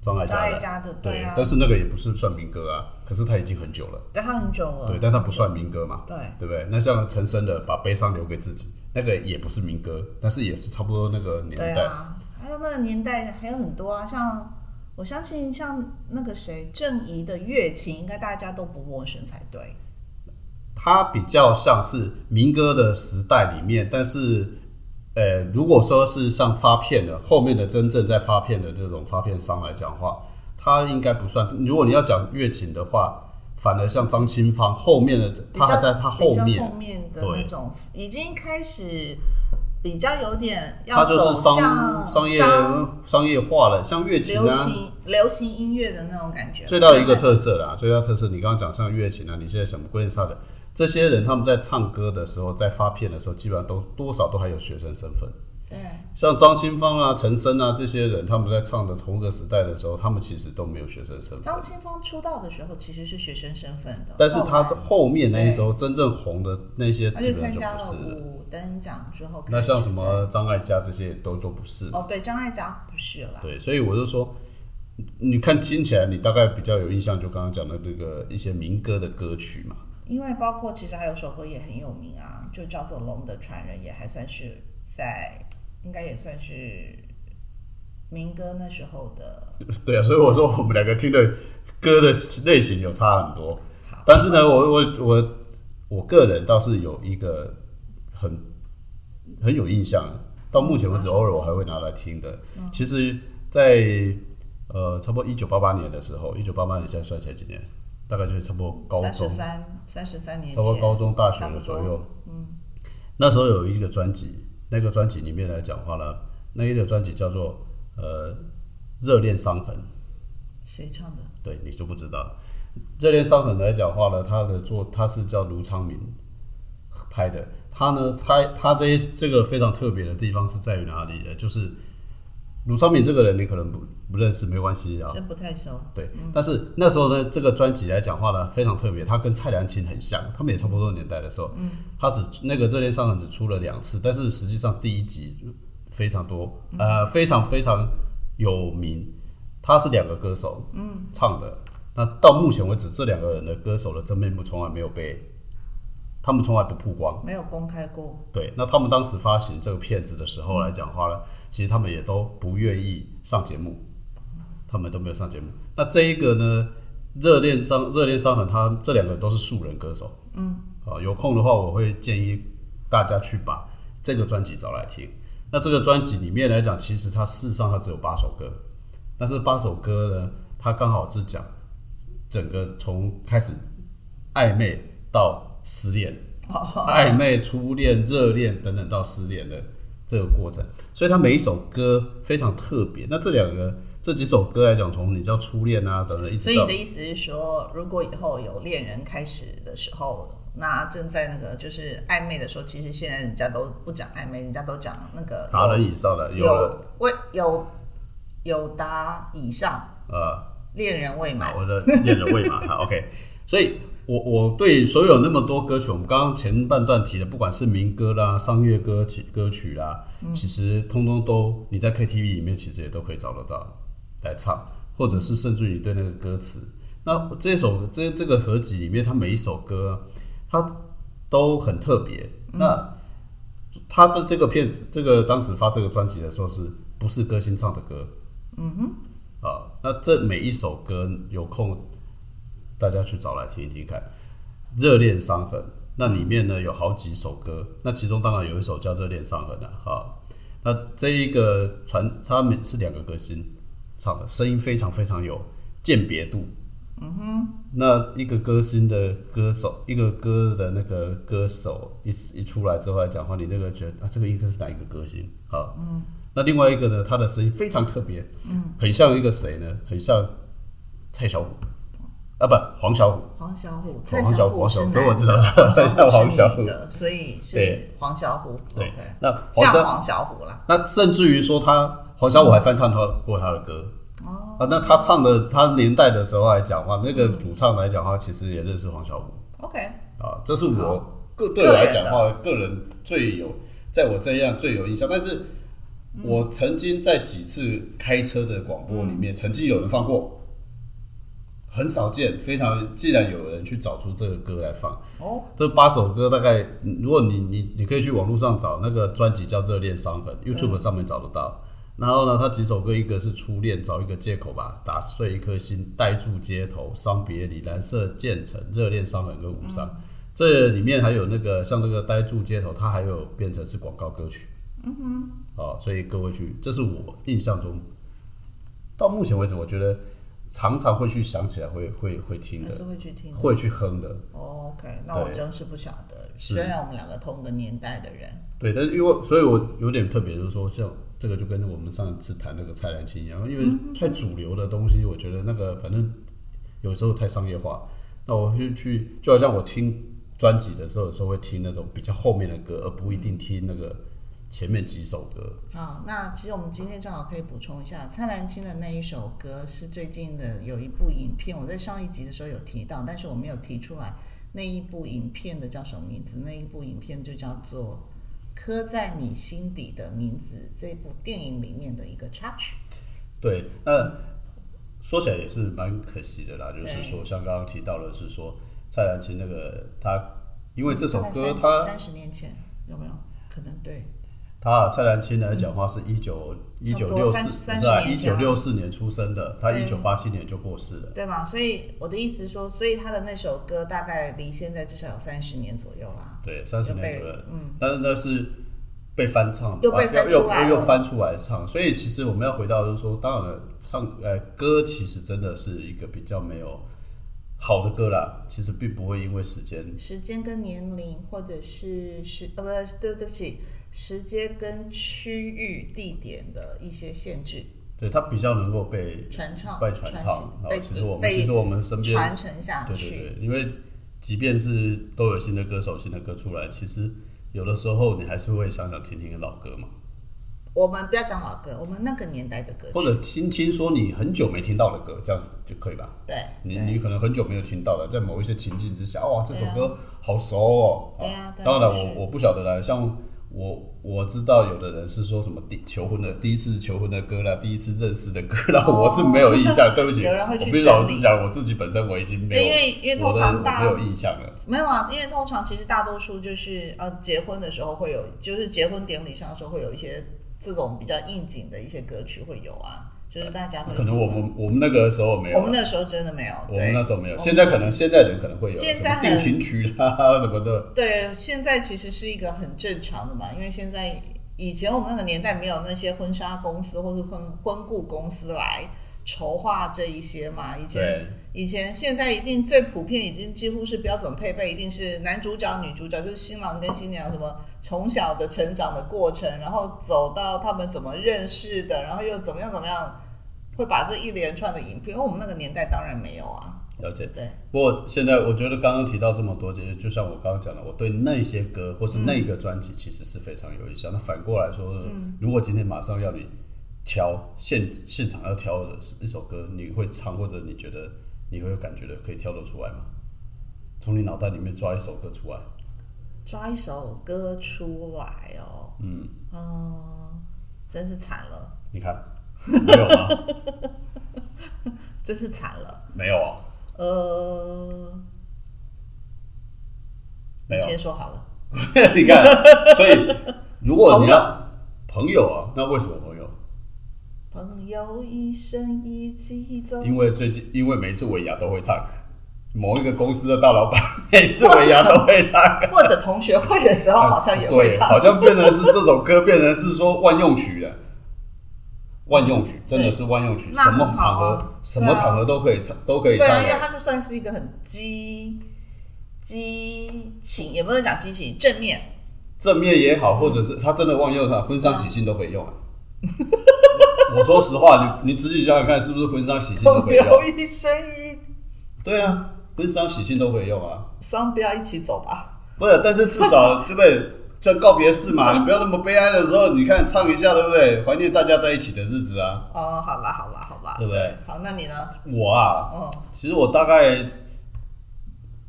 [SPEAKER 2] 张艾
[SPEAKER 1] 张
[SPEAKER 2] 嘉
[SPEAKER 1] 艾
[SPEAKER 2] 的，
[SPEAKER 1] 嘉的，
[SPEAKER 2] 对，
[SPEAKER 1] 啊，
[SPEAKER 2] 但是那个也不是算民歌啊，可是他已经很久了，
[SPEAKER 1] 对他很久了，
[SPEAKER 2] 对，但他不算民歌嘛，
[SPEAKER 1] 对
[SPEAKER 2] 对不对？那像陈升的《把悲伤留给自己》，那个也不是民歌，但是也是差不多那个年
[SPEAKER 1] 对
[SPEAKER 2] 代，
[SPEAKER 1] 啊，还有那个年代还有很多啊，像我相信像那个谁郑怡的《月琴》，应该大家都不陌生才对。
[SPEAKER 2] 它比较像是民歌的时代里面，但是。呃，如果说是像发片的后面的真正在发片的这种发片商来讲话，它应该不算。如果你要讲乐琴的话，反而像张清芳后面的，
[SPEAKER 1] 比
[SPEAKER 2] 他
[SPEAKER 1] 较
[SPEAKER 2] 还在他后
[SPEAKER 1] 比
[SPEAKER 2] 面
[SPEAKER 1] 较，后面的
[SPEAKER 2] 对
[SPEAKER 1] 那种，已经开始比较有点要
[SPEAKER 2] 他就
[SPEAKER 1] 走
[SPEAKER 2] 是
[SPEAKER 1] 向
[SPEAKER 2] 商商业
[SPEAKER 1] 商
[SPEAKER 2] 商业化了，像乐琴
[SPEAKER 1] 流
[SPEAKER 2] 啊。
[SPEAKER 1] 行流行音乐的那种感觉。
[SPEAKER 2] 最大的一个特色啦，最大的特色，你刚刚讲像乐琴啊，你现在想归类啥的，这些人他们在唱歌的时候，在发片的时候，基本上都多少都还有学生身份。
[SPEAKER 1] 对
[SPEAKER 2] 像张清芳啊、陈升啊这些人，他们在唱的同一个时代的时候，他们其实都没有学生身份
[SPEAKER 1] 张，清芳出道的时候其实是学生身份的，
[SPEAKER 2] 但是他
[SPEAKER 1] 后来
[SPEAKER 2] 后面那时候真正红的那些，
[SPEAKER 1] 而
[SPEAKER 2] 基
[SPEAKER 1] 且
[SPEAKER 2] 本上
[SPEAKER 1] 参
[SPEAKER 2] 就
[SPEAKER 1] 加
[SPEAKER 2] 不
[SPEAKER 1] 了
[SPEAKER 2] 是了。
[SPEAKER 1] 舞登奖之后，
[SPEAKER 2] 那像什么张艾嘉这些都都不是嘛。
[SPEAKER 1] 哦，对，张艾嘉不是啦，
[SPEAKER 2] 对，所以我就说，你看听起来你大概比较有印象，就刚刚讲的这个一些民歌的歌曲嘛。
[SPEAKER 1] 因为包括其实还有首歌也很有名啊，就叫做《龙的传人》，也还算是在应该也算是民歌那时候的
[SPEAKER 2] 对啊，
[SPEAKER 1] 嗯
[SPEAKER 2] 所以我说我们两个听的歌的类型有差很多
[SPEAKER 1] 好。
[SPEAKER 2] 但是呢，我我我我个人倒是有一个很很有印象，到目前为
[SPEAKER 1] 嗯
[SPEAKER 2] 止偶尔我还会拿来听的。其实在，呃，差不多一九八八年的时候，一九八八年现在算起来几年，大概就是差不多高
[SPEAKER 1] 三十
[SPEAKER 2] 中，差
[SPEAKER 1] 三三十三年
[SPEAKER 2] 不多
[SPEAKER 1] 前。
[SPEAKER 2] 高中大学
[SPEAKER 1] 差不
[SPEAKER 2] 的
[SPEAKER 1] 多
[SPEAKER 2] 左右。嗯，那时候有一个专辑，那个专辑里面来讲话呢，那一个专辑叫做呃《热恋伤痕》。
[SPEAKER 1] 谁唱的？
[SPEAKER 2] 对你就不知道。热恋伤痕来讲话呢，他的作他是叫卢昌明拍的，他呢猜他这一这个非常特别的地方是在于哪里呢？就是卢昌明这个人你可能不不认识没关系啊，
[SPEAKER 1] 真不太熟。
[SPEAKER 2] 对。但是那时候呢，这个专辑来讲话呢非常特别，他跟蔡良琴很像，他们也差不多年代的时候，他只那个热恋伤痕只出了两次，但是实际上第一集就非常多，呃，非常非常有名。他是两个歌手，嗯，唱的。那到目前为止，这两个人的歌手的真面目从来没有被，他们从来不曝光。
[SPEAKER 1] 没有公开过，
[SPEAKER 2] 对，那他们当时发行这个片子的时候来讲话呢，其实他们也都不愿意上节目，他们都没有上节目。那这一个呢，热恋伤热恋伤痕，他这两个都是素人歌手，嗯，啊，有空的话我会建议大家去把这个专辑找来听。那这个专辑里面来讲，其实它事实上它只有八首歌，但是八首歌呢，它刚好是讲整个从开始暧昧到失恋，
[SPEAKER 1] 哦
[SPEAKER 2] 暧昧、初恋、热恋等等到失恋的这个过程，所以它每一首歌非常特别。那这两个这几首歌来讲，从你叫初恋啊等等，一
[SPEAKER 1] 所
[SPEAKER 2] 直
[SPEAKER 1] 以你
[SPEAKER 2] 到
[SPEAKER 1] 的意思是说，如果以后有恋人开始的时候，那正在那个就是暧昧的时候，其实现在人家都不讲暧昧，人家都讲那个
[SPEAKER 2] 达人以上的有了
[SPEAKER 1] 有未有有达以上
[SPEAKER 2] 呃，
[SPEAKER 1] 恋人未满
[SPEAKER 2] 好，我的恋人未满哈 OK，所以我我对所有那么多歌曲，我们刚刚前半段提的，不管是民歌啦、商业歌曲歌曲啦，其实通通都你在 KTV 里面其实也都可以找得到来唱，或者是甚至于你对那个歌词，那这首这这个合集里面，它每一首歌啊、它都很特别。那他的这个片子，这个当时发这个专辑的时候是，不是歌星唱的歌？嗯哼。啊，那这每一首歌有空大家去找来听一听看，《热恋伤痕》那里面呢有好几首歌，那其中当然有一首叫《热恋伤痕》了啊哈。那这一个传，他们是两个歌星唱的，声音非常非常有鉴别度。那一个歌星的歌手，一个歌的那个歌手一一出来之后来讲话，你那个觉得啊，这个应该是哪一个歌星啊？嗯。那另外一个呢，他的声音非常特别，嗯，很像一个谁呢？很像蔡小虎啊，不，黄小虎。
[SPEAKER 1] 黄小虎，
[SPEAKER 2] 黄
[SPEAKER 1] 蔡
[SPEAKER 2] 小
[SPEAKER 1] 小
[SPEAKER 2] 虎
[SPEAKER 1] 虎是
[SPEAKER 2] 黄小
[SPEAKER 1] 男
[SPEAKER 2] 虎对我知道 *laughs*
[SPEAKER 1] 的，
[SPEAKER 2] 黄
[SPEAKER 1] 是
[SPEAKER 2] 小虎
[SPEAKER 1] 女的，所以是
[SPEAKER 2] 对
[SPEAKER 1] 黄小虎，
[SPEAKER 2] 对
[SPEAKER 1] OK，
[SPEAKER 2] 那黄
[SPEAKER 1] 像
[SPEAKER 2] 小
[SPEAKER 1] 黄小虎啦，
[SPEAKER 2] 那甚至于说他黄小虎还翻唱他过他的歌。哦、啊，那他唱的他年代的时候来讲话，那个主唱来讲话，其实也认识黄小虎。
[SPEAKER 1] ，OK，
[SPEAKER 2] 啊，这是我个
[SPEAKER 1] 个
[SPEAKER 2] 对我来
[SPEAKER 1] 人
[SPEAKER 2] 讲
[SPEAKER 1] 的
[SPEAKER 2] 的话，个人最有，在我这样最有印象。但是
[SPEAKER 1] 嗯
[SPEAKER 2] 我曾经在几次开车的广播里
[SPEAKER 1] 嗯
[SPEAKER 2] 面，曾经有人放过，很少见，非常。既然有人去找出这个歌来放，
[SPEAKER 1] 哦，
[SPEAKER 2] 这八首歌大概，嗯如果你你你可以去网络上找那个专辑叫《热恋伤痕》，YouTube 上面找得到。然后呢，它几首歌，一个是初恋，找一个借口吧，打碎一颗心，呆住街头，伤别离，蓝色渐层，热恋伤痕跟无伤。这里面还有那个像那个呆住街头，它还有变成是广告歌曲。嗯哼。哦，所以各位去，这是我印象中到目前为止，我觉得常常会去想起来会会会听
[SPEAKER 1] 还是
[SPEAKER 2] 的，
[SPEAKER 1] 会去听的。
[SPEAKER 2] 会去哼的。
[SPEAKER 1] 哦 OK，那我
[SPEAKER 2] 对
[SPEAKER 1] 真是不晓得。
[SPEAKER 2] 是
[SPEAKER 1] 虽然我们两个同个年代的人，
[SPEAKER 2] 对，但是因为所以，我有点特别，就是说，像这个就跟我们上次谈那个蔡澜清一样，因
[SPEAKER 1] 嗯
[SPEAKER 2] 为太主流的东西，我觉得那个反正有时候太商业化。那我就去，就好像我听专辑的时候，有时候会听那种比较后面的歌，而不一定听那个前面几首歌。
[SPEAKER 1] 好，那其实我们今天正好可以补充一下，蔡澜清的那一首歌是最近的有一部影片，我在上一集的时候有提到，但是我没有提出来那一部影片的叫什么名字？那一部影片就叫做刻在你心底的名字》这部电影里面的一个插曲。
[SPEAKER 2] 对，那说起来也是蛮可惜的啦，就
[SPEAKER 1] 对
[SPEAKER 2] 是说像刚刚提到了，是说蔡澜琴那个他，因为这首歌
[SPEAKER 1] 他
[SPEAKER 2] 他
[SPEAKER 1] 三十年前有没有？可能对，
[SPEAKER 2] 他蔡澜琴来讲话是一九一
[SPEAKER 1] 差
[SPEAKER 2] 九
[SPEAKER 1] 不
[SPEAKER 2] 六
[SPEAKER 1] 多
[SPEAKER 2] 四，
[SPEAKER 1] 30
[SPEAKER 2] 不是啊，
[SPEAKER 1] 年
[SPEAKER 2] 一
[SPEAKER 1] 前
[SPEAKER 2] 九
[SPEAKER 1] 啊
[SPEAKER 2] 六四年出生的，他
[SPEAKER 1] 对
[SPEAKER 2] 一九八七年就过世了。
[SPEAKER 1] 对嘛？所以我的意思说，所以他的那首歌大概离现在至少有三十年左右啦。
[SPEAKER 2] 对，三十
[SPEAKER 1] 又被
[SPEAKER 2] 年左右，
[SPEAKER 1] 嗯，
[SPEAKER 2] 但是那是被翻唱，啊
[SPEAKER 1] 又被翻
[SPEAKER 2] 又
[SPEAKER 1] 出来了
[SPEAKER 2] 又又翻出来唱，所以其实我们要回到就是说，当然了唱呃歌其实真的是一个比较没有好的歌啦，其实并不会因为时间
[SPEAKER 1] 时间跟年龄，或者是时呃不是对对不起，时间跟区域地点的一些限制，
[SPEAKER 2] 对它比较能够被
[SPEAKER 1] 传唱、
[SPEAKER 2] 被传唱。
[SPEAKER 1] 行
[SPEAKER 2] 啊
[SPEAKER 1] 被，
[SPEAKER 2] 其实我们
[SPEAKER 1] 被
[SPEAKER 2] 其实我们身边
[SPEAKER 1] 传承下
[SPEAKER 2] 对
[SPEAKER 1] 去。
[SPEAKER 2] 对对，因为即便是都有新的歌手、新的歌出来，其实有的时候你还是会想想听听老歌嘛，
[SPEAKER 1] 我们不要讲老歌，我们那个年代的歌曲，
[SPEAKER 2] 或者听听说你很久没听到的歌，这样子就可以吧。
[SPEAKER 1] 对，
[SPEAKER 2] 你
[SPEAKER 1] 对
[SPEAKER 2] 你可能很久没有听到了，在某一些情境之下，哇，这首
[SPEAKER 1] 对啊
[SPEAKER 2] 歌好熟哦。
[SPEAKER 1] 对啊对啊
[SPEAKER 2] 当然
[SPEAKER 1] 是
[SPEAKER 2] 我我不晓得啦，像我我知道有的人是说什么第求婚的第一次求婚的歌啦，第一次认识的歌啦，
[SPEAKER 1] 哦
[SPEAKER 2] 我是没有印象，对不起，
[SPEAKER 1] 有人会
[SPEAKER 2] 我
[SPEAKER 1] 去
[SPEAKER 2] 必须
[SPEAKER 1] 整
[SPEAKER 2] 老实
[SPEAKER 1] 理
[SPEAKER 2] 讲，我自己本身我已经没有，
[SPEAKER 1] 对因为因为通
[SPEAKER 2] 我的
[SPEAKER 1] 常
[SPEAKER 2] 我
[SPEAKER 1] 大
[SPEAKER 2] 没有印象了。
[SPEAKER 1] 没有啊，因为通常其实大多数就是呃结婚的时候会有，就是结婚典礼上的时候会有一些这种比较应景的一些歌曲会有啊，就是大家会
[SPEAKER 2] 可能我们我呃们那个时候没有
[SPEAKER 1] 我
[SPEAKER 2] 啦，
[SPEAKER 1] 们那时候真的没有，
[SPEAKER 2] 我们那时候没有，现
[SPEAKER 1] 在
[SPEAKER 2] 在可能现在人可能会有
[SPEAKER 1] 现
[SPEAKER 2] 什
[SPEAKER 1] 在
[SPEAKER 2] 么
[SPEAKER 1] 很
[SPEAKER 2] 定情曲啦什么的，
[SPEAKER 1] 对现在其实是一个很正常的嘛，因为现在以前我们那个年代没有那些婚纱公司或是婚婚顾公司来筹划这一些嘛，以前
[SPEAKER 2] 对。
[SPEAKER 1] 以前现在一定最普遍，已经几乎是标准配备，一定是男主角、女主角，就是新郎跟新娘，什么从小的成长的过程，然后走到他们怎么认识的，然后又怎么样怎么样，会把这一连串的影片，因为我们那个年代当然没有啊，
[SPEAKER 2] 了解，
[SPEAKER 1] 对。
[SPEAKER 2] 不过现在我觉得刚刚提到这么多，其实就像我刚刚讲的，我对那些歌或是那个专辑其实是非常有印象。那反过来说，
[SPEAKER 1] 嗯
[SPEAKER 2] 如果今天马上要你挑现现场要挑的一首歌，你会唱或者你觉得你会有感觉的，可以挑得出来吗？从你脑袋里面抓一首歌出来，
[SPEAKER 1] 抓一首歌出来哦，
[SPEAKER 2] 嗯，
[SPEAKER 1] 嗯，真是惨了，*laughs*
[SPEAKER 2] 你看没有吗？
[SPEAKER 1] 真是惨了，
[SPEAKER 2] 没有啊，
[SPEAKER 1] 呃，你
[SPEAKER 2] 没有。啊
[SPEAKER 1] 先说好了，
[SPEAKER 2] *laughs* 你看，所以如果你要朋友啊，那为什么朋友？
[SPEAKER 1] 朋友一生一起走。
[SPEAKER 2] 因为最近，因为每次尾牙都会唱，某一个公司的大老板每次尾牙都会唱，啊
[SPEAKER 1] 或者同学会的时候好像也会
[SPEAKER 2] 对，
[SPEAKER 1] 唱，
[SPEAKER 2] 好像变成是这首歌变成是说万用曲了。万用曲真的是万用曲，
[SPEAKER 1] 对
[SPEAKER 2] 什么场
[SPEAKER 1] 那很好
[SPEAKER 2] 合
[SPEAKER 1] 啊
[SPEAKER 2] 什么场合都可以唱，都可以
[SPEAKER 1] 对
[SPEAKER 2] 唱
[SPEAKER 1] 啊，因为
[SPEAKER 2] 的。
[SPEAKER 1] 它就算是一个很激激情，也不能讲激情，正面
[SPEAKER 2] 正面也好，或者
[SPEAKER 1] 嗯
[SPEAKER 2] 是他真的万用，他婚丧喜庆都可以用啊。我说实话，你你仔细想想看，是不是婚丧喜庆都
[SPEAKER 1] 朋 *laughs*
[SPEAKER 2] 可以用
[SPEAKER 1] 友？一生一
[SPEAKER 2] 对啊，婚丧喜庆都可以用啊。
[SPEAKER 1] 伤，不要一起走吧。
[SPEAKER 2] 不是，但是至少对不对？算告别式嘛，你不要那么悲哀的时候，你看唱一下，对不对？怀念大家在一起的日子啊，
[SPEAKER 1] 哦，好啦，好啦，好啦
[SPEAKER 2] 对，不对？
[SPEAKER 1] 好，那你呢？
[SPEAKER 2] 我啊，
[SPEAKER 1] 嗯，
[SPEAKER 2] 其实我大概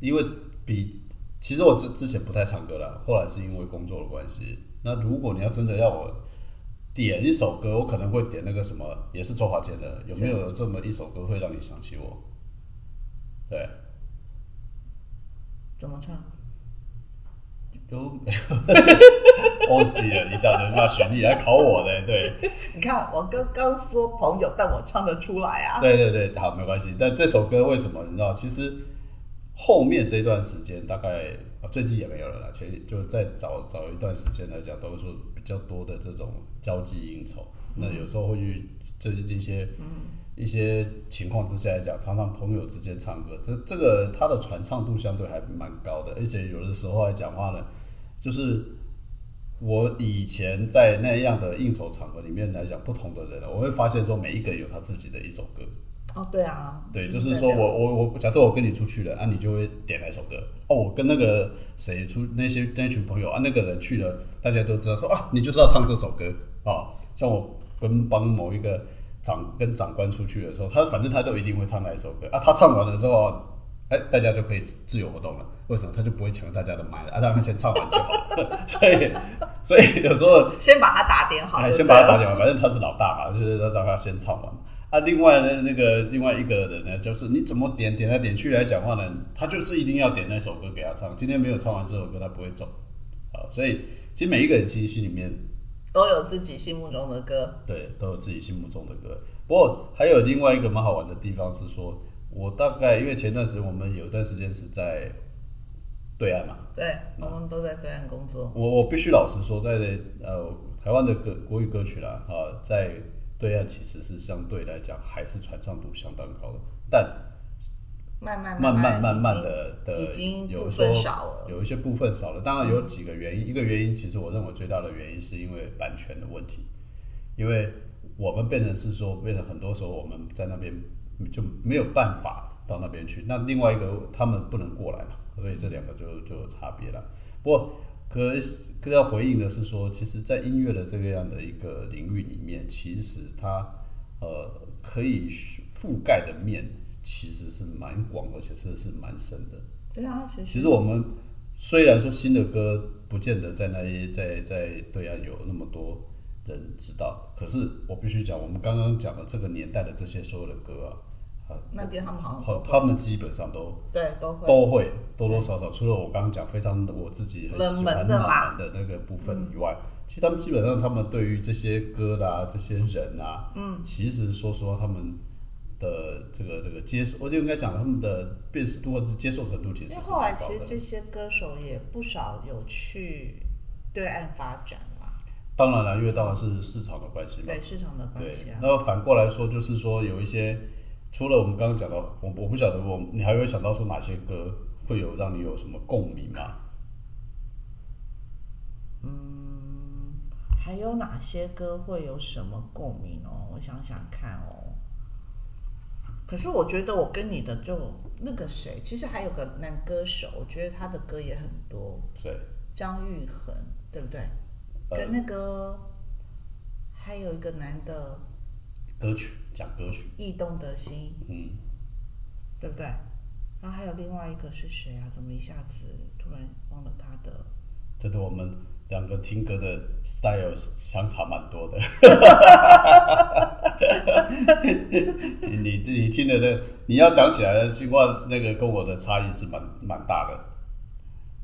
[SPEAKER 2] 因为比，其实我之之前不太唱歌啦，后来是因为工作的关系。那如果你要真的要我点一首歌，我可能会点那个什么，也是周华健的，有没有这么一首歌会让你想起我？对，
[SPEAKER 1] 怎么唱？
[SPEAKER 2] 就 *laughs* 忘记了，一下子那旋律来考我嘞，对。
[SPEAKER 1] 你看，我刚刚说朋友，但我唱得出来啊。
[SPEAKER 2] 对对对，好，没关系。但这首歌为什么你知道？其实后面这段时间大概、啊、最近也没有了啦，前就再早早一段时间来讲，都是说比较多的这种交际应酬。那有时候会去这一些、一些情况之下来讲，常常朋友之间唱歌，这这个它的传唱度相对还蛮高的，而且有的时候来讲话呢，就是我以前在那样的应酬场合里面来讲，不同的人，我会发现说每一个人有他自己的一首歌。
[SPEAKER 1] 哦，对啊，
[SPEAKER 2] 对，就是说
[SPEAKER 1] 代表
[SPEAKER 2] 我我我，假设我跟你出去了，啊，你就会点哪首歌？哦，我跟那个谁出那些那群朋友啊，那个人去了，大家都知道说啊，你就是要唱这首歌啊。像我跟帮某一个长跟长官出去的时候，他反正他都一定会唱那一首歌啊。他唱完了之后，哎，大家就可以自自由活动了。为什么？他就不会抢大家的麦了啊！让他先唱完就好了。 *laughs* 所以，所以有时候
[SPEAKER 1] 先把它打点好，
[SPEAKER 2] 哎，
[SPEAKER 1] 对
[SPEAKER 2] 先
[SPEAKER 1] 不
[SPEAKER 2] 把
[SPEAKER 1] 对啊
[SPEAKER 2] 他打点完，反正他是老大嘛，就是让他先唱完。啊，另外呢，那个另外一个人呢，就是你怎么点点来点去来讲话呢？他就是一定要点那首歌给他唱。今天没有唱完这首歌，他不会走。好，所以其实每一个人其实心里面
[SPEAKER 1] 都有自己心目中的歌。
[SPEAKER 2] 对，都有自己心目中的歌。不过还有另外一个蛮好玩的地方是说，我大概因为前段时间我们有段时间是在对岸嘛，
[SPEAKER 1] 对，我们都在对岸工作。
[SPEAKER 2] 我我必须老实说，在呃台湾的歌国语歌曲啦，啊，在对岸其实是相对来讲还是传唱度相当高的，但
[SPEAKER 1] 慢慢
[SPEAKER 2] 慢慢
[SPEAKER 1] 慢
[SPEAKER 2] 慢慢
[SPEAKER 1] 已
[SPEAKER 2] 的的
[SPEAKER 1] 已经
[SPEAKER 2] 有
[SPEAKER 1] 部
[SPEAKER 2] 说
[SPEAKER 1] 分少了
[SPEAKER 2] 有一些部分少了。当然有几个原因，一个原因其实我认为最大的原因是因为版权的问题，因为我们变成是说，变成很多时候我们在那边就没有办法到那边去。那另外一个他们不能过来嘛，所以这两个就就有差别了。不过可是可要回应的是说，其实，在音乐的这个样的一个领域里面，其实它呃可以覆盖的面其实是蛮广，而且是是蛮深的。
[SPEAKER 1] 经对啊，其实
[SPEAKER 2] 其实我们虽然说新的歌不见得在那里在在对岸有那么多人知道，可是我必须讲，我们刚刚讲的这个年代的这些所有的歌啊，啊，
[SPEAKER 1] 那边他们呃好像
[SPEAKER 2] 好，他们基本上都
[SPEAKER 1] 对哦都会
[SPEAKER 2] 都会多多少少，除了我刚刚讲非常我自己很喜欢
[SPEAKER 1] 冷门
[SPEAKER 2] 冷
[SPEAKER 1] 的啦
[SPEAKER 2] 门的那个部分以外，其实他们基本上他们对于这些歌啦、这些人啊，嗯，其实说实话，他们的这个这个接受，我就应该讲他们的辨识度或者是接受程度其实
[SPEAKER 1] 因
[SPEAKER 2] 是
[SPEAKER 1] 为
[SPEAKER 2] 蛮
[SPEAKER 1] 后
[SPEAKER 2] 高
[SPEAKER 1] 来其实
[SPEAKER 2] 的。
[SPEAKER 1] 这些歌手也不少有去对岸发展啦，
[SPEAKER 2] 当然了，因为当然是市场的关系嘛，
[SPEAKER 1] 对市场的关
[SPEAKER 2] 对
[SPEAKER 1] 系啊，
[SPEAKER 2] 那么反过来说，就是说有一些，除了我们刚刚讲到，我我不晓得我你还会想到说哪些歌会有让你有什么共鸣吗？
[SPEAKER 1] 嗯还有哪些歌会有什么共鸣哦？我想想看哦。可是我觉得我跟你的就那个谁，其实还有个男歌手，我觉得他的歌也很多，
[SPEAKER 2] 所以
[SPEAKER 1] 张玉恒，对不对？
[SPEAKER 2] 呃
[SPEAKER 1] 跟那个还有一个男的，
[SPEAKER 2] 歌曲讲歌曲，
[SPEAKER 1] 异动的心，
[SPEAKER 2] 嗯。
[SPEAKER 1] 对不对？然后还有另外一个是谁啊？怎么一下子突然忘了他的？
[SPEAKER 2] 真的，我们两个听歌的 style 相差蛮多的。 *laughs* 你你你听的那你要讲起来的情况，那个跟我的差异是蛮蛮大的。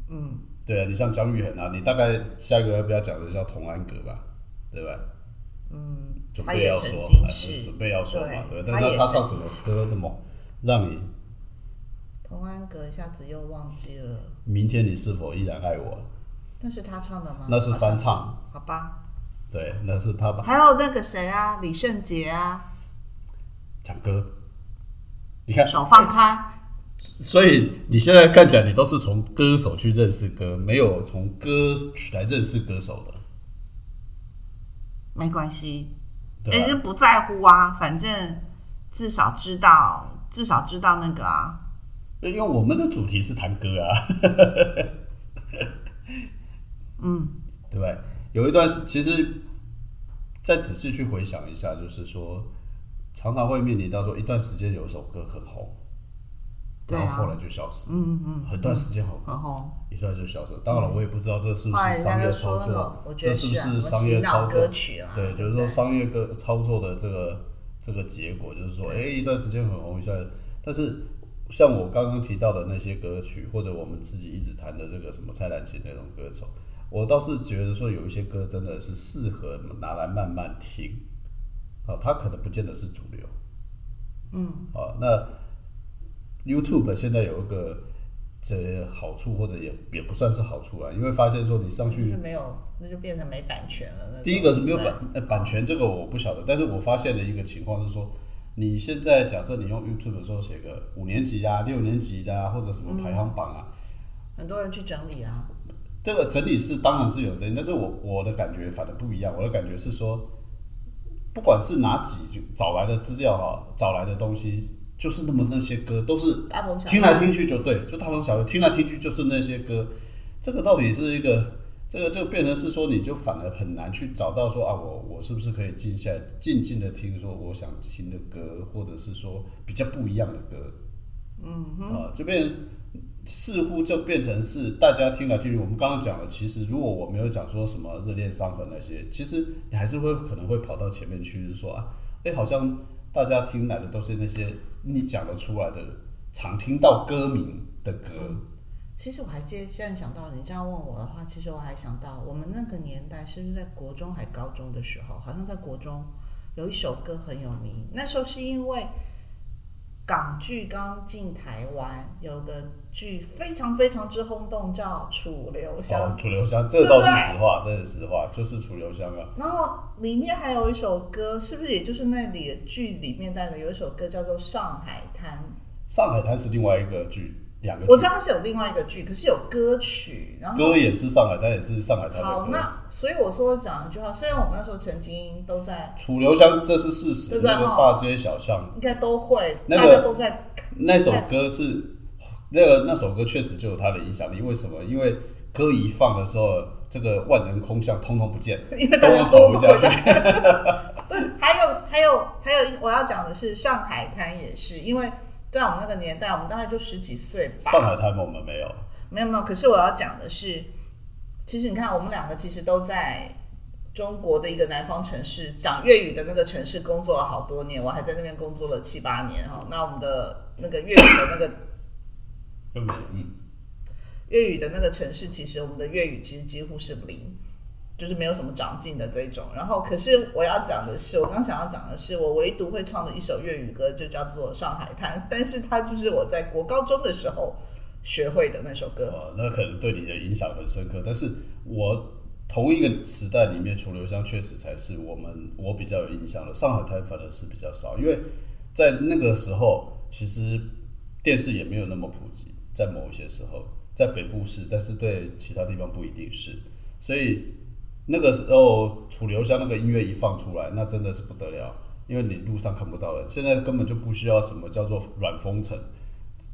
[SPEAKER 1] 嗯，
[SPEAKER 2] 对啊，你像姜育恒啊，你大概下一个要不要讲的叫童安格吧，对吧？
[SPEAKER 1] 嗯，
[SPEAKER 2] 准
[SPEAKER 1] 他
[SPEAKER 2] 备
[SPEAKER 1] 也
[SPEAKER 2] 要
[SPEAKER 1] 曾
[SPEAKER 2] 说，
[SPEAKER 1] 经
[SPEAKER 2] 哎
[SPEAKER 1] 是
[SPEAKER 2] 准备要说嘛，对
[SPEAKER 1] 对
[SPEAKER 2] 吧，？但是
[SPEAKER 1] 也
[SPEAKER 2] 他唱
[SPEAKER 1] 曾
[SPEAKER 2] 什么
[SPEAKER 1] 经是
[SPEAKER 2] 歌那么让你
[SPEAKER 1] 童安格一下子又忘记了，
[SPEAKER 2] 明天你是否依然爱我？
[SPEAKER 1] 那是他唱的吗？
[SPEAKER 2] 那是
[SPEAKER 1] 好像
[SPEAKER 2] 翻，唱，
[SPEAKER 1] 好吧。
[SPEAKER 2] 对，那是他把
[SPEAKER 1] 还有那个谁啊，李圣杰啊，
[SPEAKER 2] 讲歌。你看，
[SPEAKER 1] 手放开，
[SPEAKER 2] 所以你现在看起来，你都是从歌手去认识歌，没有从歌曲来认识歌手的，
[SPEAKER 1] 没关系，
[SPEAKER 2] 对
[SPEAKER 1] 哎，
[SPEAKER 2] 吧？
[SPEAKER 1] 就不在乎啊，反正至少知道，至少知道那个啊。
[SPEAKER 2] 因为我们的主题是谈歌啊，
[SPEAKER 1] *laughs* 嗯，
[SPEAKER 2] 对吧？有一段时其实再仔细去回想一下，就是说，常常会面临到说，一段时间有一首歌很红，
[SPEAKER 1] 对啊
[SPEAKER 2] 然后后来就消失，
[SPEAKER 1] 嗯嗯，
[SPEAKER 2] 很段时间红，
[SPEAKER 1] 很红。
[SPEAKER 2] 一段就消失。当然了，我也不知道这是不
[SPEAKER 1] 后来
[SPEAKER 2] 是
[SPEAKER 1] 人家
[SPEAKER 2] 商业
[SPEAKER 1] 就
[SPEAKER 2] 操
[SPEAKER 1] 说那
[SPEAKER 2] 作
[SPEAKER 1] 种，，我觉
[SPEAKER 2] 这
[SPEAKER 1] 得
[SPEAKER 2] 是不
[SPEAKER 1] 啊，什
[SPEAKER 2] 是
[SPEAKER 1] 么
[SPEAKER 2] 商
[SPEAKER 1] 洗
[SPEAKER 2] 业
[SPEAKER 1] 脑
[SPEAKER 2] 操作
[SPEAKER 1] 歌？曲啊，
[SPEAKER 2] 对，就是
[SPEAKER 1] 不
[SPEAKER 2] 说商业个操作的这个这个结果，就是说，哎、一段时间很红一下，但是像我刚刚提到的那些歌曲，或者我们自己一直谈的这个什么蔡澜琴那种歌手，我倒是觉得说有一些歌真的是适合拿来慢慢听，啊，它可能不见得是主流，
[SPEAKER 1] 嗯，
[SPEAKER 2] 啊，那 YouTube 现在有一个这好处，或者也也不算是好处啊，因为发现说你上
[SPEAKER 1] 就
[SPEAKER 2] 去
[SPEAKER 1] 是没有，那就变成没版权了。那种
[SPEAKER 2] 第一个是没有
[SPEAKER 1] 对
[SPEAKER 2] 版呃版权这个我不晓得，但是我发现的一个情况是说，你现在假设你用 YouTube 的时候写个五年级啊、六年级的啊，或者什么排行榜啊，
[SPEAKER 1] 很多人去整理啊，
[SPEAKER 2] 这个整理是当然是有整理，但是我我的感觉反而不一样，我的感觉是说，不管是哪几就找来的资料啊，找来的东西，就是那么那些歌都是
[SPEAKER 1] 大同小异
[SPEAKER 2] 听来听去就对，就大同小异，听来听去就是那些歌，这个到底是一个，这个就变成是说，你就反而很难去找到说啊，我我是不是可以静下来，静静的听说我想听的歌，或者是说比较不一样的歌，嗯哼，啊、就变成似乎就变成是大家听了进去。我们刚刚讲了，其实如果我没有讲说什么热恋伤痕那些，其实你还是会可能会跑到前面去，就是说啊，哎、好像大家听来的都是那些你讲得出来的常听到歌名的歌。
[SPEAKER 1] 其实我还记，现在想到你这样问我的话，其实我还想到我们那个年代是不是在国中还高中的时候，好像在国中有一首歌很有名。那时候是因为港剧刚进台湾，有个剧非常非常之轰动，叫《楚留香》
[SPEAKER 2] 哦，楚留香，这个倒是实话，这是实话，就是楚留香啊。
[SPEAKER 1] 然后里面还有一首歌，是不是也就是那里的剧里面带的有一首歌叫做《上海滩》？
[SPEAKER 2] 上海滩是另外一个剧，两个
[SPEAKER 1] 我知
[SPEAKER 2] 剧
[SPEAKER 1] 道它是有另外一个剧，可是有歌曲，然后
[SPEAKER 2] 歌也是上海滩，也是上海滩的
[SPEAKER 1] 好，
[SPEAKER 2] 歌。
[SPEAKER 1] 那所以我说讲一句话，虽然我们那时候曾经都在，
[SPEAKER 2] 楚留香这是事实，
[SPEAKER 1] 对不对哦
[SPEAKER 2] 那个大街小巷
[SPEAKER 1] 应该都会，
[SPEAKER 2] 那个
[SPEAKER 1] 大家都在， *laughs*
[SPEAKER 2] 那首歌是那个那首歌确实就有它的影响力。为什么？因为歌一放的时候，这个万人空巷通通不
[SPEAKER 1] *laughs*
[SPEAKER 2] 见，
[SPEAKER 1] 因为大
[SPEAKER 2] 都
[SPEAKER 1] 家
[SPEAKER 2] 能跑
[SPEAKER 1] 都
[SPEAKER 2] 回
[SPEAKER 1] 会
[SPEAKER 2] 家
[SPEAKER 1] 在。
[SPEAKER 2] 去。
[SPEAKER 1] 不是，还有还有还有一，我要讲的是上海滩也是，因为在我们那个年代，我们大概就十几岁吧，
[SPEAKER 2] 上海滩我们没有，
[SPEAKER 1] 没有没有，可是我要讲的是，其实你看，我们两个其实都在中国的一个南方城市，讲粤语的那个城市工作了好多年，我还在那边工作了七八年哈。那我们的那个粤语的那个
[SPEAKER 2] 对不起，嗯，
[SPEAKER 1] 粤语的那个城市，其实我们的粤语其实几乎是零，就是没有什么长进的这种。然后，可是我要讲的是，我刚想要讲的是，我唯独会唱的一首粤语歌就叫做《上海滩》，但是它就是我在国高中的时候学会的那首歌。
[SPEAKER 2] 呃，那可能对你的影响很深刻。但是我同一个时代里面，楚留香确实才是我们我比较有印象的，上海滩反而是比较少，因为在那个时候，其实电视也没有那么普及，在某一些时候，在北部是，但是对其他地方不一定是，所以那个时候楚留香那个音乐一放出来，那真的是不得了，因为你路上看不到了，现在根本就不需要什么叫做软风城，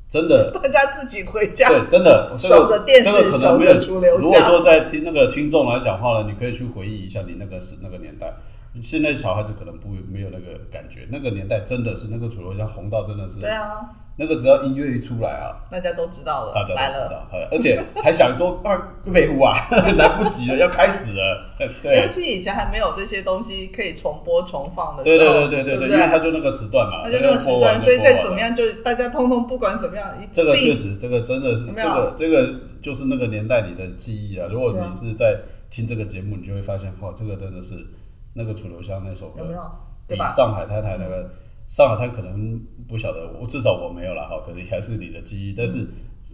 [SPEAKER 2] 真的
[SPEAKER 1] 大家自己回家。
[SPEAKER 2] 对，真的，这
[SPEAKER 1] 守着
[SPEAKER 2] 个
[SPEAKER 1] 电视
[SPEAKER 2] 这个可能没有
[SPEAKER 1] 守着主流。
[SPEAKER 2] 如果说在听那个听众来讲话呢，你可以去回忆一下你那个时那个年代。现在小孩子可能不没有那个感觉，那个年代真的是那个楚留香红到真的是，
[SPEAKER 1] 对啊，
[SPEAKER 2] 那个只要音乐一出来啊，
[SPEAKER 1] 大家都知道了，
[SPEAKER 2] 大家
[SPEAKER 1] 来
[SPEAKER 2] 都知
[SPEAKER 1] 了。
[SPEAKER 2] 道，呃而且还想说啊，北
[SPEAKER 1] *laughs*
[SPEAKER 2] 湖啊，来不及了，要开始了，对
[SPEAKER 1] 尤。其以前还没有这些东西可以重播重放的时
[SPEAKER 2] 对
[SPEAKER 1] 候，对
[SPEAKER 2] 对对对
[SPEAKER 1] 不
[SPEAKER 2] 对对，因为他就那个时段嘛，
[SPEAKER 1] 那就那个时段，
[SPEAKER 2] 播完就
[SPEAKER 1] 所以
[SPEAKER 2] 播
[SPEAKER 1] 再
[SPEAKER 2] 完
[SPEAKER 1] 怎
[SPEAKER 2] 了
[SPEAKER 1] 么样，就大家通通不管怎么样，一
[SPEAKER 2] 这个确
[SPEAKER 1] 定
[SPEAKER 2] 实，这个真的是
[SPEAKER 1] 有没
[SPEAKER 2] 这
[SPEAKER 1] 有
[SPEAKER 2] 个这个就是那个年代你的记忆啊。如果
[SPEAKER 1] 对啊
[SPEAKER 2] 你是在听这个节目，你就会发现，哇，这个真的是那个楚留香那首
[SPEAKER 1] 有没
[SPEAKER 2] 歌，
[SPEAKER 1] 有？
[SPEAKER 2] 比
[SPEAKER 1] 对吧？嗯
[SPEAKER 2] 上海滩还那个上海滩可能不晓得，我至少我没有了哈，可能还是你的记忆。
[SPEAKER 1] 嗯
[SPEAKER 2] 但是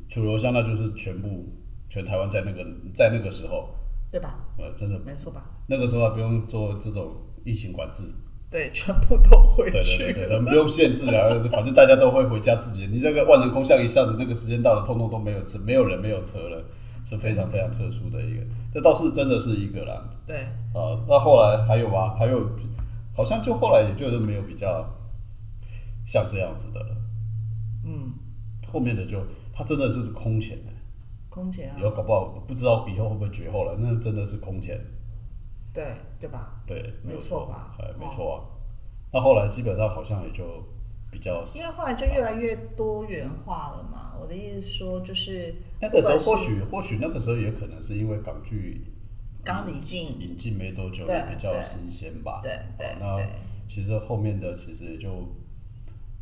[SPEAKER 2] 楚留香那就是全部全台湾在那个在那个时候，
[SPEAKER 1] 对吧？
[SPEAKER 2] 呃，真的
[SPEAKER 1] 没错吧？
[SPEAKER 2] 那个时候还不用做这种疫情管制，
[SPEAKER 1] 对，全部都回
[SPEAKER 2] 对
[SPEAKER 1] 去
[SPEAKER 2] 对对，对，不用限制了， *laughs* 反正大家都会回家自己。你这个万人空巷一下子那个时间到了，通通都没有车，没有人，没有车了，是非常非常特殊的一个。这倒是真的是一个啦。
[SPEAKER 1] 对
[SPEAKER 2] 啊，那后来还有吗？还有，好像就后来也就是没有比较像这样子的了。
[SPEAKER 1] 嗯，
[SPEAKER 2] 后面的就它真的是空前的，
[SPEAKER 1] 空姐啊
[SPEAKER 2] 以，后搞不好不知道以后会不会绝后了，那真的是空前。
[SPEAKER 1] 对对吧？
[SPEAKER 2] 对，没有
[SPEAKER 1] 没错
[SPEAKER 2] 错
[SPEAKER 1] 吧
[SPEAKER 2] 哎，没
[SPEAKER 1] 哦
[SPEAKER 2] 错啊。那后来基本上好像也就比较
[SPEAKER 1] 因为后来就越来越多元化了嘛。我的意思说，就是
[SPEAKER 2] 那个时候
[SPEAKER 1] 不
[SPEAKER 2] 或
[SPEAKER 1] 管是
[SPEAKER 2] 许或许那个时候也可能是因为港剧
[SPEAKER 1] 刚离境，
[SPEAKER 2] 引进没多久，
[SPEAKER 1] 对
[SPEAKER 2] 也比较
[SPEAKER 1] 对
[SPEAKER 2] 新鲜吧。
[SPEAKER 1] 对对
[SPEAKER 2] 好那
[SPEAKER 1] 对
[SPEAKER 2] 其实后面的其实也就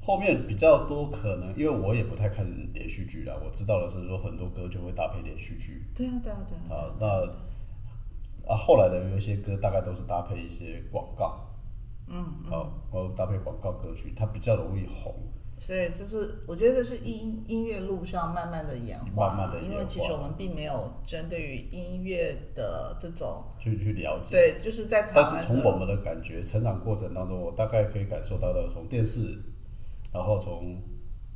[SPEAKER 2] 后面比较多可能，因为我也不太看连续剧啦，我知道的是说很多歌就会搭配连续剧
[SPEAKER 1] 对啊对啊对啊，
[SPEAKER 2] 啊。那啊后来的有一些歌大概都是搭配一些广告，
[SPEAKER 1] 嗯，
[SPEAKER 2] 啊，然后搭配广告歌曲，它比较容易红。
[SPEAKER 1] 所以就是我觉得这是音音乐路上慢慢的演化，
[SPEAKER 2] 慢慢地演化
[SPEAKER 1] 因为其实我们并没有针对于音乐的这种，
[SPEAKER 2] 去去了解，
[SPEAKER 1] 对，就是在台
[SPEAKER 2] 但
[SPEAKER 1] 湾
[SPEAKER 2] 是
[SPEAKER 1] 的
[SPEAKER 2] 从我们的感觉成长过程当中，我大概可以感受到的，从电视，然后从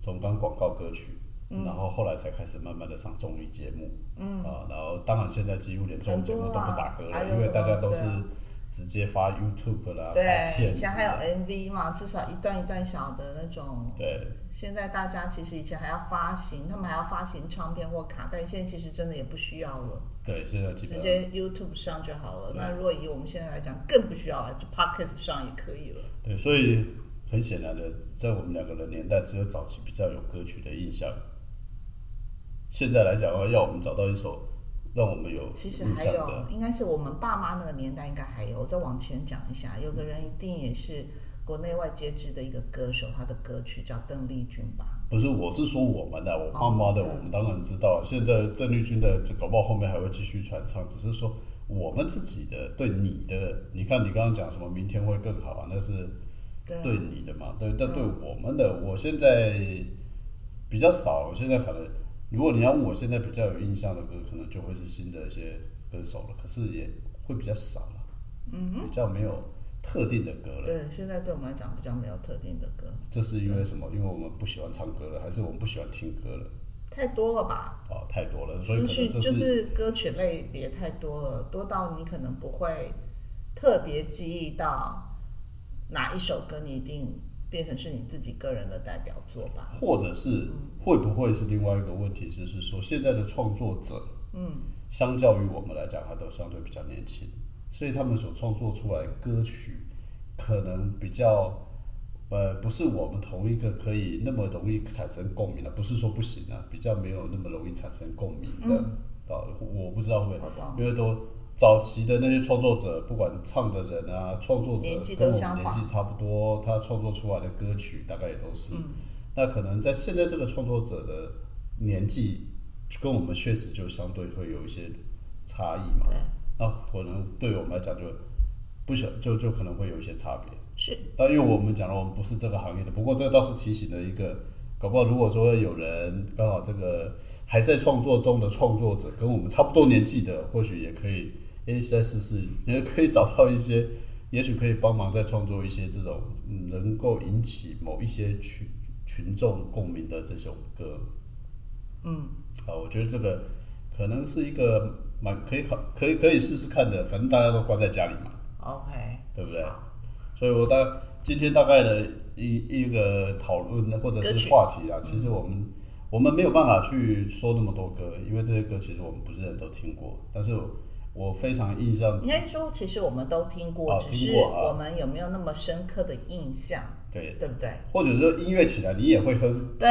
[SPEAKER 2] 从刚广告歌曲，
[SPEAKER 1] 嗯
[SPEAKER 2] 然后后来才开始慢慢的上综艺节目，嗯啊，然后当然现在几乎连综艺节目都不打歌了，
[SPEAKER 1] 很多啊
[SPEAKER 2] 因为大家都是
[SPEAKER 1] 还有什么
[SPEAKER 2] 直接发 YouTube 啦，发
[SPEAKER 1] 对，
[SPEAKER 2] 片
[SPEAKER 1] 以
[SPEAKER 2] 子啊
[SPEAKER 1] 前还有
[SPEAKER 2] 啦，
[SPEAKER 1] MV 嘛，至少一段一段小的那种。
[SPEAKER 2] 对
[SPEAKER 1] 现在大家其实以前还要发行，他们还要发行唱片或卡带，现在其实真的也不需要了，
[SPEAKER 2] 对，现在基
[SPEAKER 1] 直
[SPEAKER 2] 本上
[SPEAKER 1] 接 YouTube 上就好了。
[SPEAKER 2] 对
[SPEAKER 1] 那如果以我们现在来讲，更不需要了，就 Podcast 上也可以了。
[SPEAKER 2] 对，所以很显然的，在我们两个人年代，只有早期比较有歌曲的印象。现在来讲的话，要我们找到一首让我们有
[SPEAKER 1] 其
[SPEAKER 2] 印
[SPEAKER 1] 实
[SPEAKER 2] 象
[SPEAKER 1] 还有
[SPEAKER 2] 的，，
[SPEAKER 1] 应该是我们爸妈那个年代，应该还有。我再往前讲一下，有个人一定也是国内外皆知的一个歌手，他的歌曲叫邓丽君吧？
[SPEAKER 2] 不是我是说我们的、我爸妈的，
[SPEAKER 1] 哦
[SPEAKER 2] 我们当然知道。啊现在邓丽君的，搞不好后面还会继续传唱，只是说我们自己的对你的，你看你刚刚讲什么明天会更好啊，那是
[SPEAKER 1] 对啊嗯
[SPEAKER 2] 对你的嘛，对，但对我们的，我现在比较少，我现在反正如果你要问我现在比较有印象的歌，可能就会是新的一些歌手了，可是也会比较少了，嗯，比较没有特定的歌了。
[SPEAKER 1] 对，现在对我们来讲比较没有特定的歌，
[SPEAKER 2] 这是因为什么？因为我们不喜欢唱歌了，还是我们不喜欢听歌了？
[SPEAKER 1] 太多了吧？
[SPEAKER 2] 啊，太多了，所以
[SPEAKER 1] 资
[SPEAKER 2] 可能
[SPEAKER 1] 讯
[SPEAKER 2] 这
[SPEAKER 1] 就是歌曲类别太多了，多到你可能不会特别记忆到哪一首歌，你一定变成是你自己个人的代表作吧？
[SPEAKER 2] 或者是会不会是另外一个问题，就是说现在的创作者，嗯，相较于我们来讲，他都相对比较年轻，所以他们所创作出来的歌曲，可能比较，呃，不是我们同一个可以那么容易产生共鸣的，不是说不行啊，比较没有那么容易产生共鸣的，啊、我不知道会
[SPEAKER 1] 我懂，
[SPEAKER 2] 因为都。早期的那些创作者，不管唱的人啊，创作者
[SPEAKER 1] 年纪
[SPEAKER 2] 跟
[SPEAKER 1] 都
[SPEAKER 2] 我
[SPEAKER 1] 相
[SPEAKER 2] 们年
[SPEAKER 1] 仿
[SPEAKER 2] 纪差不多，他创作出来的歌曲大概也都
[SPEAKER 1] 嗯
[SPEAKER 2] 是，那可能在现在这个创作者的年纪，跟我们确实就相对会有一些差异嘛
[SPEAKER 1] 对。
[SPEAKER 2] 那可能对我们来讲就不小，就就可能会有一些差别。
[SPEAKER 1] 是
[SPEAKER 2] 但因为我们讲了，我们不是这个行业的，不过这倒是提醒了一个，搞不好如果说有人刚好这个还在创作中的创作者，跟我们差不多年纪的，或许也可以，也许再试试，也可以找到一些，也许可以帮忙再创作一些这种嗯能够引起某一些群群众共鸣的这首歌。嗯，啊，我觉得这个可能是一个蛮可以考，可以可以试试看的，反正大家都关在家里嘛。
[SPEAKER 1] OK，
[SPEAKER 2] 对不对？所以我大今天大概的一一个讨论或者
[SPEAKER 1] 歌
[SPEAKER 2] 是
[SPEAKER 1] 曲嗯
[SPEAKER 2] 话题啊，其实我们、我们没有办法去说那么多歌，因为这些歌其实我们不是人都听过，但是我我非常印象
[SPEAKER 1] 应该说，其实我们都听过，
[SPEAKER 2] 啊
[SPEAKER 1] 只
[SPEAKER 2] 听
[SPEAKER 1] 是
[SPEAKER 2] 过啊
[SPEAKER 1] 我们有没有那么深刻的印象，
[SPEAKER 2] 对，
[SPEAKER 1] 对不对？
[SPEAKER 2] 或者说音乐起来你也会哼，
[SPEAKER 1] 对，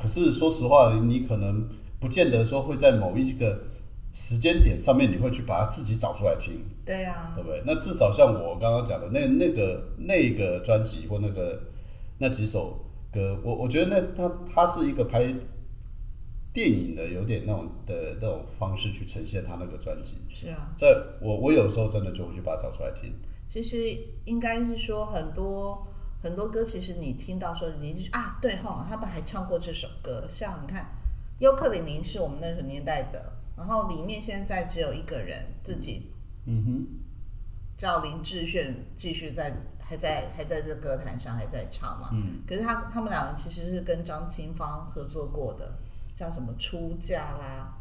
[SPEAKER 2] 可是说实话，你可能不见得说会在某一个时间点上面你会去把它自己找出来听，
[SPEAKER 1] 对啊，
[SPEAKER 2] 对不对？那至少像我刚刚讲的那那个那个专辑或那个那几首歌，我我觉得那它它是一个拍电影的有点那种的那种方式去呈现它那个专辑。
[SPEAKER 1] 是啊。
[SPEAKER 2] 在我我有时候真的就会去把它找出来听。
[SPEAKER 1] 其实应该是说很多很多歌，其实你听到说你就啊，对哈、他们还唱过这首歌。像你看，尤克里里是我们那个年代的，然后里面现在只有一个人自己
[SPEAKER 2] 嗯哼，
[SPEAKER 1] 叫林志炫，继续在还在还在这歌坛上还在唱嘛。
[SPEAKER 2] 嗯，
[SPEAKER 1] 可是他他们两个其实是跟张清芳合作过的，叫什么出嫁啦、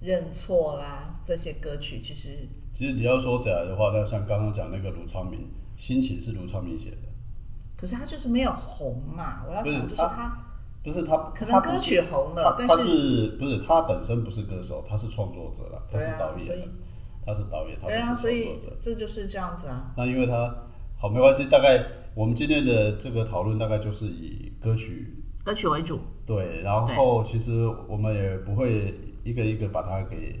[SPEAKER 1] 认错啦这些歌曲，其实
[SPEAKER 2] 其实你要说起来的话，那像刚刚讲那个卢昌明，心情是卢昌明写的，
[SPEAKER 1] 可是他就是没有红嘛。我要
[SPEAKER 2] 不是
[SPEAKER 1] 讲就是
[SPEAKER 2] 他
[SPEAKER 1] 他
[SPEAKER 2] 不是他
[SPEAKER 1] 可
[SPEAKER 2] 他
[SPEAKER 1] 能
[SPEAKER 2] 不
[SPEAKER 1] 歌
[SPEAKER 2] 是
[SPEAKER 1] 曲红了，
[SPEAKER 2] 他
[SPEAKER 1] 但
[SPEAKER 2] 他
[SPEAKER 1] 是
[SPEAKER 2] 是不是他本身不是歌手，他是创作者了，他
[SPEAKER 1] 对
[SPEAKER 2] 是
[SPEAKER 1] 啊
[SPEAKER 2] 导
[SPEAKER 1] 所
[SPEAKER 2] 演
[SPEAKER 1] 以
[SPEAKER 2] 啦，他是导演，他不
[SPEAKER 1] 对啊，所
[SPEAKER 2] 是创
[SPEAKER 1] 以
[SPEAKER 2] 作者。
[SPEAKER 1] 这就是这样子啊。
[SPEAKER 2] 那因为他好没关系，大概我们今天的这个讨论大概就是以歌曲
[SPEAKER 1] 歌曲为主，
[SPEAKER 2] 对，然后其实我们也不会一个一个把它给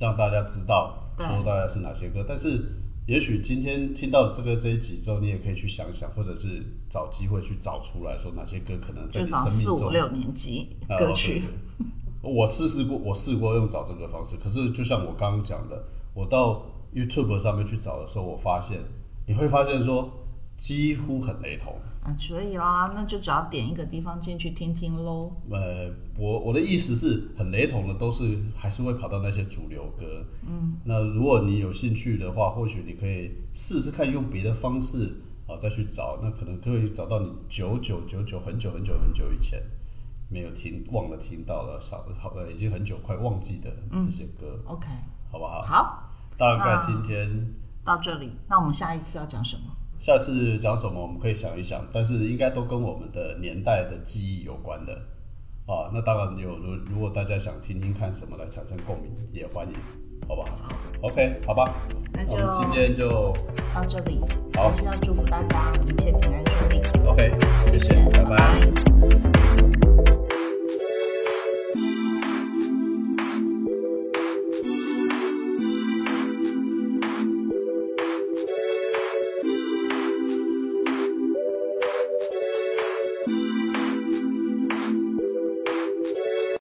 [SPEAKER 2] 让大家知道
[SPEAKER 1] 对
[SPEAKER 2] 说大概是哪些歌，但是也许今天听到这个这一集之后，你也可以去想想，或者是找机会去找出来说哪些歌可能在
[SPEAKER 1] 就
[SPEAKER 2] 你
[SPEAKER 1] 找
[SPEAKER 2] 生命
[SPEAKER 1] 四五
[SPEAKER 2] 中
[SPEAKER 1] 六年级
[SPEAKER 2] 啊
[SPEAKER 1] 歌
[SPEAKER 2] 哦
[SPEAKER 1] 曲。
[SPEAKER 2] 对对我试试过，我试过用找这个方式，可是就像我刚刚讲的，我到 YouTube 上面去找的时候，我发现你会发现说几乎很雷同。
[SPEAKER 1] 啊，所以啦，那就只要点一个地方进去听听喽。
[SPEAKER 2] 呃，我我的意思是很雷同的，都是还是会跑到那些主流歌。嗯，那如果你有兴趣的话，或许你可以试试看用别的方式啊再去找，那可能可以找到你久久久久很久很久很久以前没有听忘了听到了少好呃已经很久快忘记的这些歌，
[SPEAKER 1] OK，
[SPEAKER 2] 好不嗯好？
[SPEAKER 1] 好，
[SPEAKER 2] 大概今天
[SPEAKER 1] 到这里，那我们下一次要讲什么？
[SPEAKER 2] 下次讲什么，我们可以想一想，但是应该都跟我们的年代的记忆有关的啊。那当然有，如如果大家想听听看什么来产生共鸣，也欢迎。好吧
[SPEAKER 1] 好，
[SPEAKER 2] ？OK，好吧，
[SPEAKER 1] 那
[SPEAKER 2] 我
[SPEAKER 1] 就
[SPEAKER 2] 们今天就
[SPEAKER 1] 到这里，
[SPEAKER 2] 好
[SPEAKER 1] 还是要祝福大家一切平安顺利。
[SPEAKER 2] OK，谢谢，拜拜
[SPEAKER 1] 拜